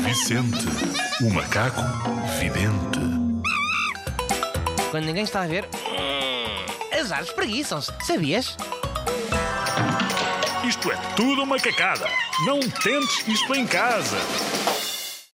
Vicente, o macaco vidente. Quando ninguém está a ver, hum, as árvores preguiçam-se. Sabias? Isto é tudo uma cacada. Não tentes isto em casa.